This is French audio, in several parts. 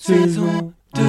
saison 2.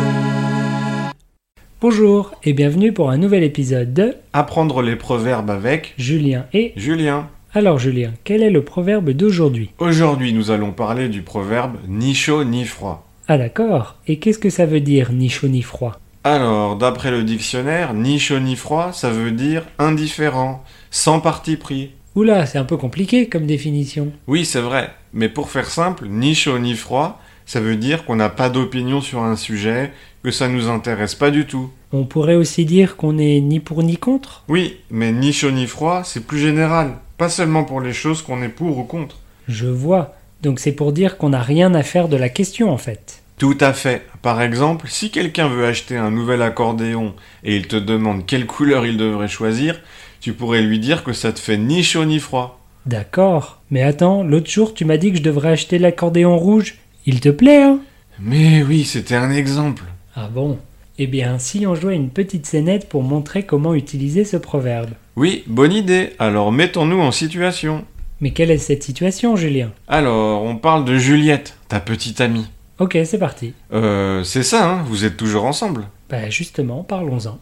Bonjour et bienvenue pour un nouvel épisode de Apprendre les proverbes avec Julien et... Julien. Alors Julien, quel est le proverbe d'aujourd'hui Aujourd'hui, nous allons parler du proverbe ni chaud ni froid. Ah d'accord, et qu'est-ce que ça veut dire ni chaud ni froid Alors, d'après le dictionnaire, ni chaud ni froid, ça veut dire indifférent, sans parti pris. Oula, c'est un peu compliqué comme définition. Oui, c'est vrai, mais pour faire simple, ni chaud ni froid, ça veut dire qu'on n'a pas d'opinion sur un sujet, que ça nous intéresse pas du tout. On pourrait aussi dire qu'on est ni pour ni contre Oui, mais ni chaud ni froid, c'est plus général, pas seulement pour les choses qu'on est pour ou contre. Je vois, donc c'est pour dire qu'on n'a rien à faire de la question en fait. Tout à fait. Par exemple, si quelqu'un veut acheter un nouvel accordéon et il te demande quelle couleur il devrait choisir, tu pourrais lui dire que ça te fait ni chaud ni froid. D'accord, mais attends, l'autre jour tu m'as dit que je devrais acheter l'accordéon rouge. Il te plaît, hein Mais oui, c'était un exemple. Ah bon Eh bien, si on jouait une petite scénette pour montrer comment utiliser ce proverbe. Oui, bonne idée. Alors mettons-nous en situation. Mais quelle est cette situation, Julien Alors, on parle de Juliette, ta petite amie. Ok, c'est parti. Euh, c'est ça, hein, vous êtes toujours ensemble. Bah justement, parlons-en.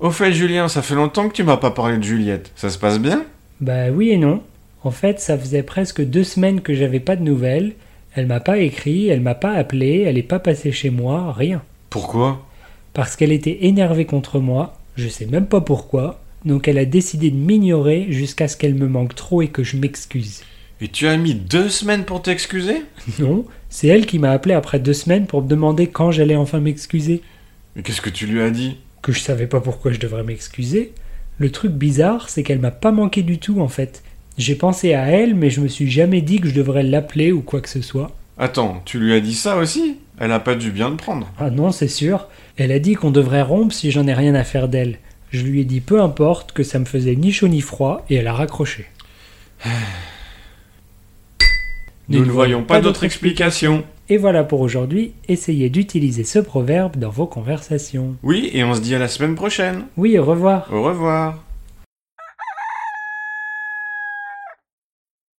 Au fait, Julien, ça fait longtemps que tu m'as pas parlé de Juliette. Ça se passe bien Bah oui et non. En fait, ça faisait presque deux semaines que j'avais pas de nouvelles. Elle m'a pas écrit, elle m'a pas appelé, elle est pas passée chez moi, rien. Pourquoi Parce qu'elle était énervée contre moi, je sais même pas pourquoi, donc elle a décidé de m'ignorer jusqu'à ce qu'elle me manque trop et que je m'excuse. Et tu as mis deux semaines pour t'excuser Non, c'est elle qui m'a appelé après deux semaines pour me demander quand j'allais enfin m'excuser. Mais qu'est-ce que tu lui as dit Que je savais pas pourquoi je devrais m'excuser. Le truc bizarre, c'est qu'elle m'a pas manqué du tout en fait. J'ai pensé à elle, mais je me suis jamais dit que je devrais l'appeler ou quoi que ce soit. Attends, tu lui as dit ça aussi Elle a pas dû bien le prendre. Ah non, c'est sûr. Elle a dit qu'on devrait rompre si j'en ai rien à faire d'elle. Je lui ai dit peu importe, que ça me faisait ni chaud ni froid, et elle a raccroché. Nous, ne voyons pas d'autre explication. Et voilà pour aujourd'hui, essayez d'utiliser ce proverbe dans vos conversations. Oui, et on se dit à la semaine prochaine. Oui, au revoir. Au revoir.